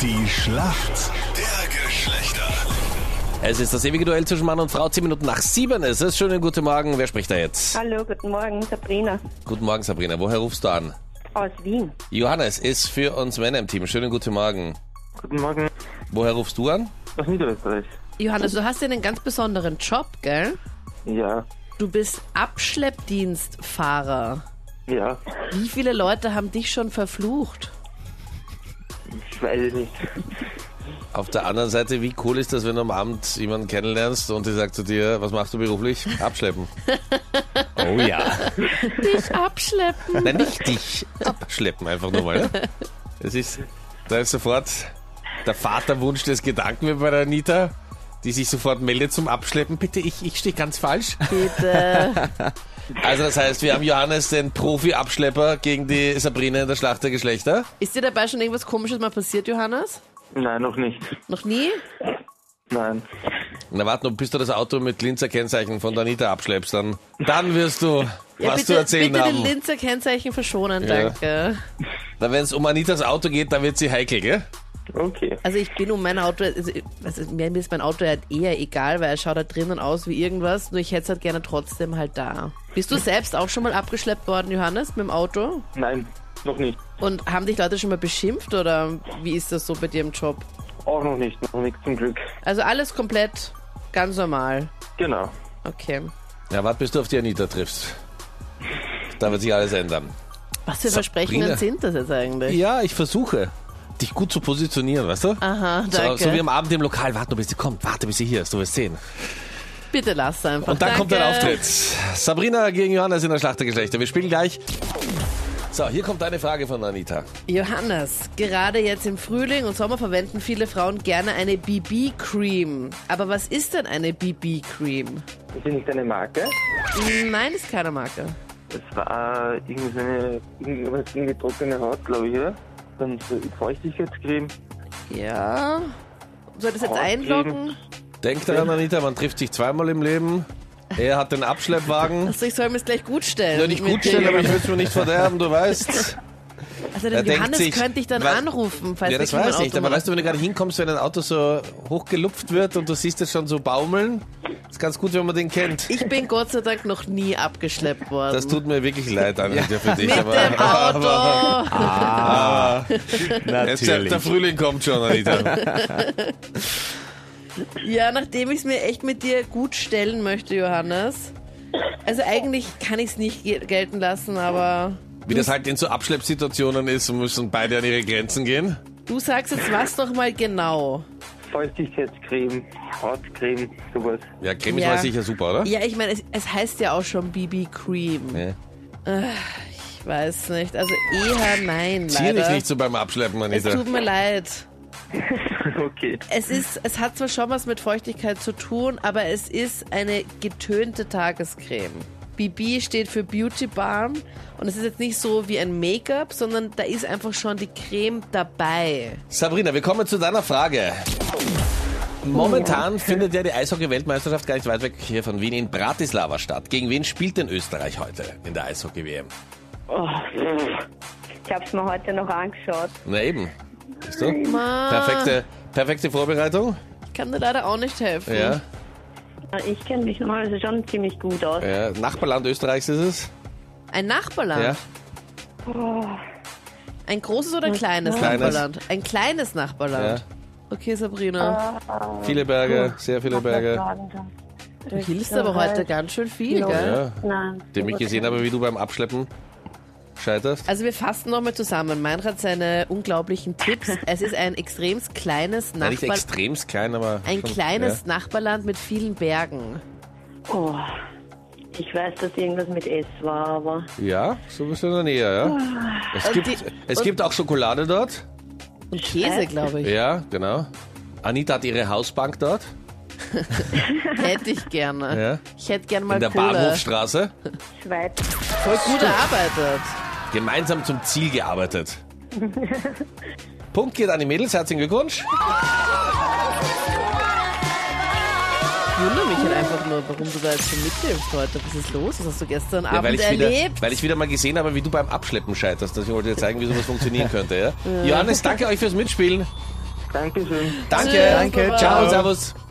Die Schlacht der Geschlechter. Es ist das ewige Duell zwischen Mann und Frau. Zehn Minuten nach sieben ist es. Schönen guten Morgen. Wer spricht da jetzt? Hallo, guten Morgen, Sabrina Guten Morgen, Sabrina. Woher rufst du an? aus Wien. Johannes ist für uns Männer im Team. Schönen guten Morgen. Guten Morgen Woher rufst du an? aus Niederösterreich. Johannes, du hast ja einen ganz besonderen Job, gell? Ja, Du bist Abschleppdienstfahrer. ja, Wie viele Leute haben dich schon verflucht? ich weiß es nicht. Auf der anderen Seite, wie cool ist das, wenn du am Abend jemanden kennenlernst und die sagt zu dir, was machst du beruflich? Abschleppen. oh ja. Dich abschleppen. Nein, nicht dich. Abschleppen einfach nur mal. Ne? Das ist, da ist sofort der Vaterwunsch des Gedanken wie bei der Anita, die sich sofort meldet zum Abschleppen. Bitte, ich, ich stehe ganz falsch. Bitte. Also das heißt, wir haben Johannes, den Profi-Abschlepper, gegen die Sabrina in der Schlacht der Geschlechter. Ist dir dabei schon irgendwas Komisches mal passiert, Johannes? Nein, noch nicht. Noch nie? Nein. Na warte noch, bis du das Auto mit Linzer Kennzeichen von der Anita abschleppst, dann, dann wirst du was bitte, zu erzählen bitte haben. die Linzer Kennzeichen verschonen, Ja. danke. Na, wenn es um Anitas Auto geht, dann wird sie heikel, gell? Okay. Also ich bin um mein Auto, also, also mir ist mein Auto halt eher egal, weil er schaut da drinnen aus wie irgendwas, nur ich hätte es halt gerne trotzdem halt da. Bist du selbst auch schon mal abgeschleppt worden, Johannes, mit dem Auto? Nein, noch nicht. Und haben dich Leute schon mal beschimpft oder wie ist das so bei dir im Job? Auch noch nicht. Noch nichts zum Glück. Also alles komplett ganz normal. Genau. Okay. Ja, warte, bis du auf die Anita triffst. Da wird sich alles ändern. Was für Sabrina. Versprechungen sind das jetzt eigentlich? Ja, ich versuche, dich gut zu positionieren, weißt du? Aha, So, Ah, danke. so wie am Abend im Lokal, warte noch, bis sie kommt, warte, bis sie hier ist, du wirst sehen. Bitte lass einfach. Und dann kommt dein Danke. Auftritt. Sabrina gegen Johannes in der Schlacht der Geschlechter. Wir spielen gleich. So, hier kommt eine Frage von Anita. Johannes, gerade jetzt im Frühling und Sommer verwenden viele Frauen gerne eine BB-Cream. Aber was ist denn eine BB-Cream? Ist hier nicht eine Marke? Nein, ist keine Marke. Es war irgendwie so eine irgendwas gegen die trockene Haut, glaube ich, oder? Dann so Feuchtigkeitscreme. Ja. Soll ich das jetzt Hautcreme. einloggen? Denk daran, Anita, man trifft sich zweimal im Leben. Er hat den Abschleppwagen. Also ich soll mir das gleich gut stellen. Ja, nicht gut stellen, aber ich würde es mir nicht verderben, du weißt. Also Er den denkt Johannes sich, könnte ich dann was- anrufen, falls Ja, das ich mein weiß ich. Auto Aber mache. weißt du, wenn du gerade hinkommst, wenn ein Auto so hochgelupft wird und du siehst es schon so baumeln, ist ganz gut, wenn man den kennt. Ich bin Gott sei Dank noch nie abgeschleppt worden. Das tut mir wirklich leid, Anita, für dich. Mit aber, dem Auto. Jetzt sagt der Frühling kommt schon, Anita. Ja, nachdem ich es mir echt mit dir gut stellen möchte, Johannes. Also eigentlich kann ich es nicht gel- gelten lassen, aber Wie das halt in so Abschleppsituationen ist, müssen beide an ihre Grenzen gehen. du sagst jetzt was noch mal genau. Feuchtigkeitscreme, Hautcreme, sowas. Ja, Creme ist Ja. mal sicher super, oder? Ja, ich meine, es, es heißt ja auch schon BB Cream. Äh, Nee. Ich weiß nicht. Also eher nein, Zieh dich leider. nicht so beim Abschleppen, es Anita. tut mir leid. Okay. Es ist, es hat zwar schon was mit Feuchtigkeit zu tun, aber es ist eine getönte Tagescreme. BB steht für Beauty Balm und es ist jetzt nicht so wie ein Make-up, sondern da ist einfach schon die Creme dabei. Sabrina, wir kommen zu deiner Frage. Oh. Momentan findet ja die Eishockey-Weltmeisterschaft gar nicht weit weg hier von Wien in Bratislava statt. Gegen wen spielt denn Österreich heute in der Eishockey-WM? Oh, ich habe es mir heute noch angeschaut. Na eben. Siehst du? Ma, Perfekte, perfekte Vorbereitung. Ich kann dir leider auch nicht helfen. Ja, Ich kenne mich normalerweise schon ziemlich gut aus. ja. Nachbarland Österreichs ist es. Ein Nachbarland? Ja. Ein großes oder kleines, Kleines. Nachbarland? Ein kleines Nachbarland. Ja. Okay, Ah, Sabrina. Viele Berge, sehr viele Berge. Du hilfst aber heute ganz schön viel, gell? Ja, Nein. dem ich gesehen habe, wie du beim Abschleppen scheiterst. Also wir fassen nochmal zusammen. Meinrad seine unglaublichen Tipps. Es ist ein extrem kleines Ja, nicht Nachbar extremst klein, aber. ein schon, kleines Ja. Nachbarland mit vielen Bergen. Oh, ich weiß, dass irgendwas mit S war, aber Ja, so bist du in der Nähe, ja. Es gibt, die- es Ah, und- gibt auch Schokolade dort. Und Käse, glaube ich. Ja, genau. Anita hat ihre Hausbank dort. Hätte ich gerne. Ja. Ich hätte gerne mal In der Cola. Bahnhofstraße. Schweiz. Voll gut erarbeitet. Gemeinsam zum Ziel gearbeitet. Punkt geht an die Mädels. Herzlichen Glückwunsch. Ich wundere mich halt einfach nur, warum du da jetzt schon mithilfst heute. Was ist los? Was hast du gestern Ja, weil, Abend ich wieder, erlebt? weil ich wieder mal gesehen habe, Also wie du beim Abschleppen scheiterst. Deswegen wollte ich dir zeigen, wie sowas funktionieren könnte. Ja? Johannes, danke euch fürs Mitspielen. Dankeschön. Danke. Tschüss, Baba. Ciao, servus.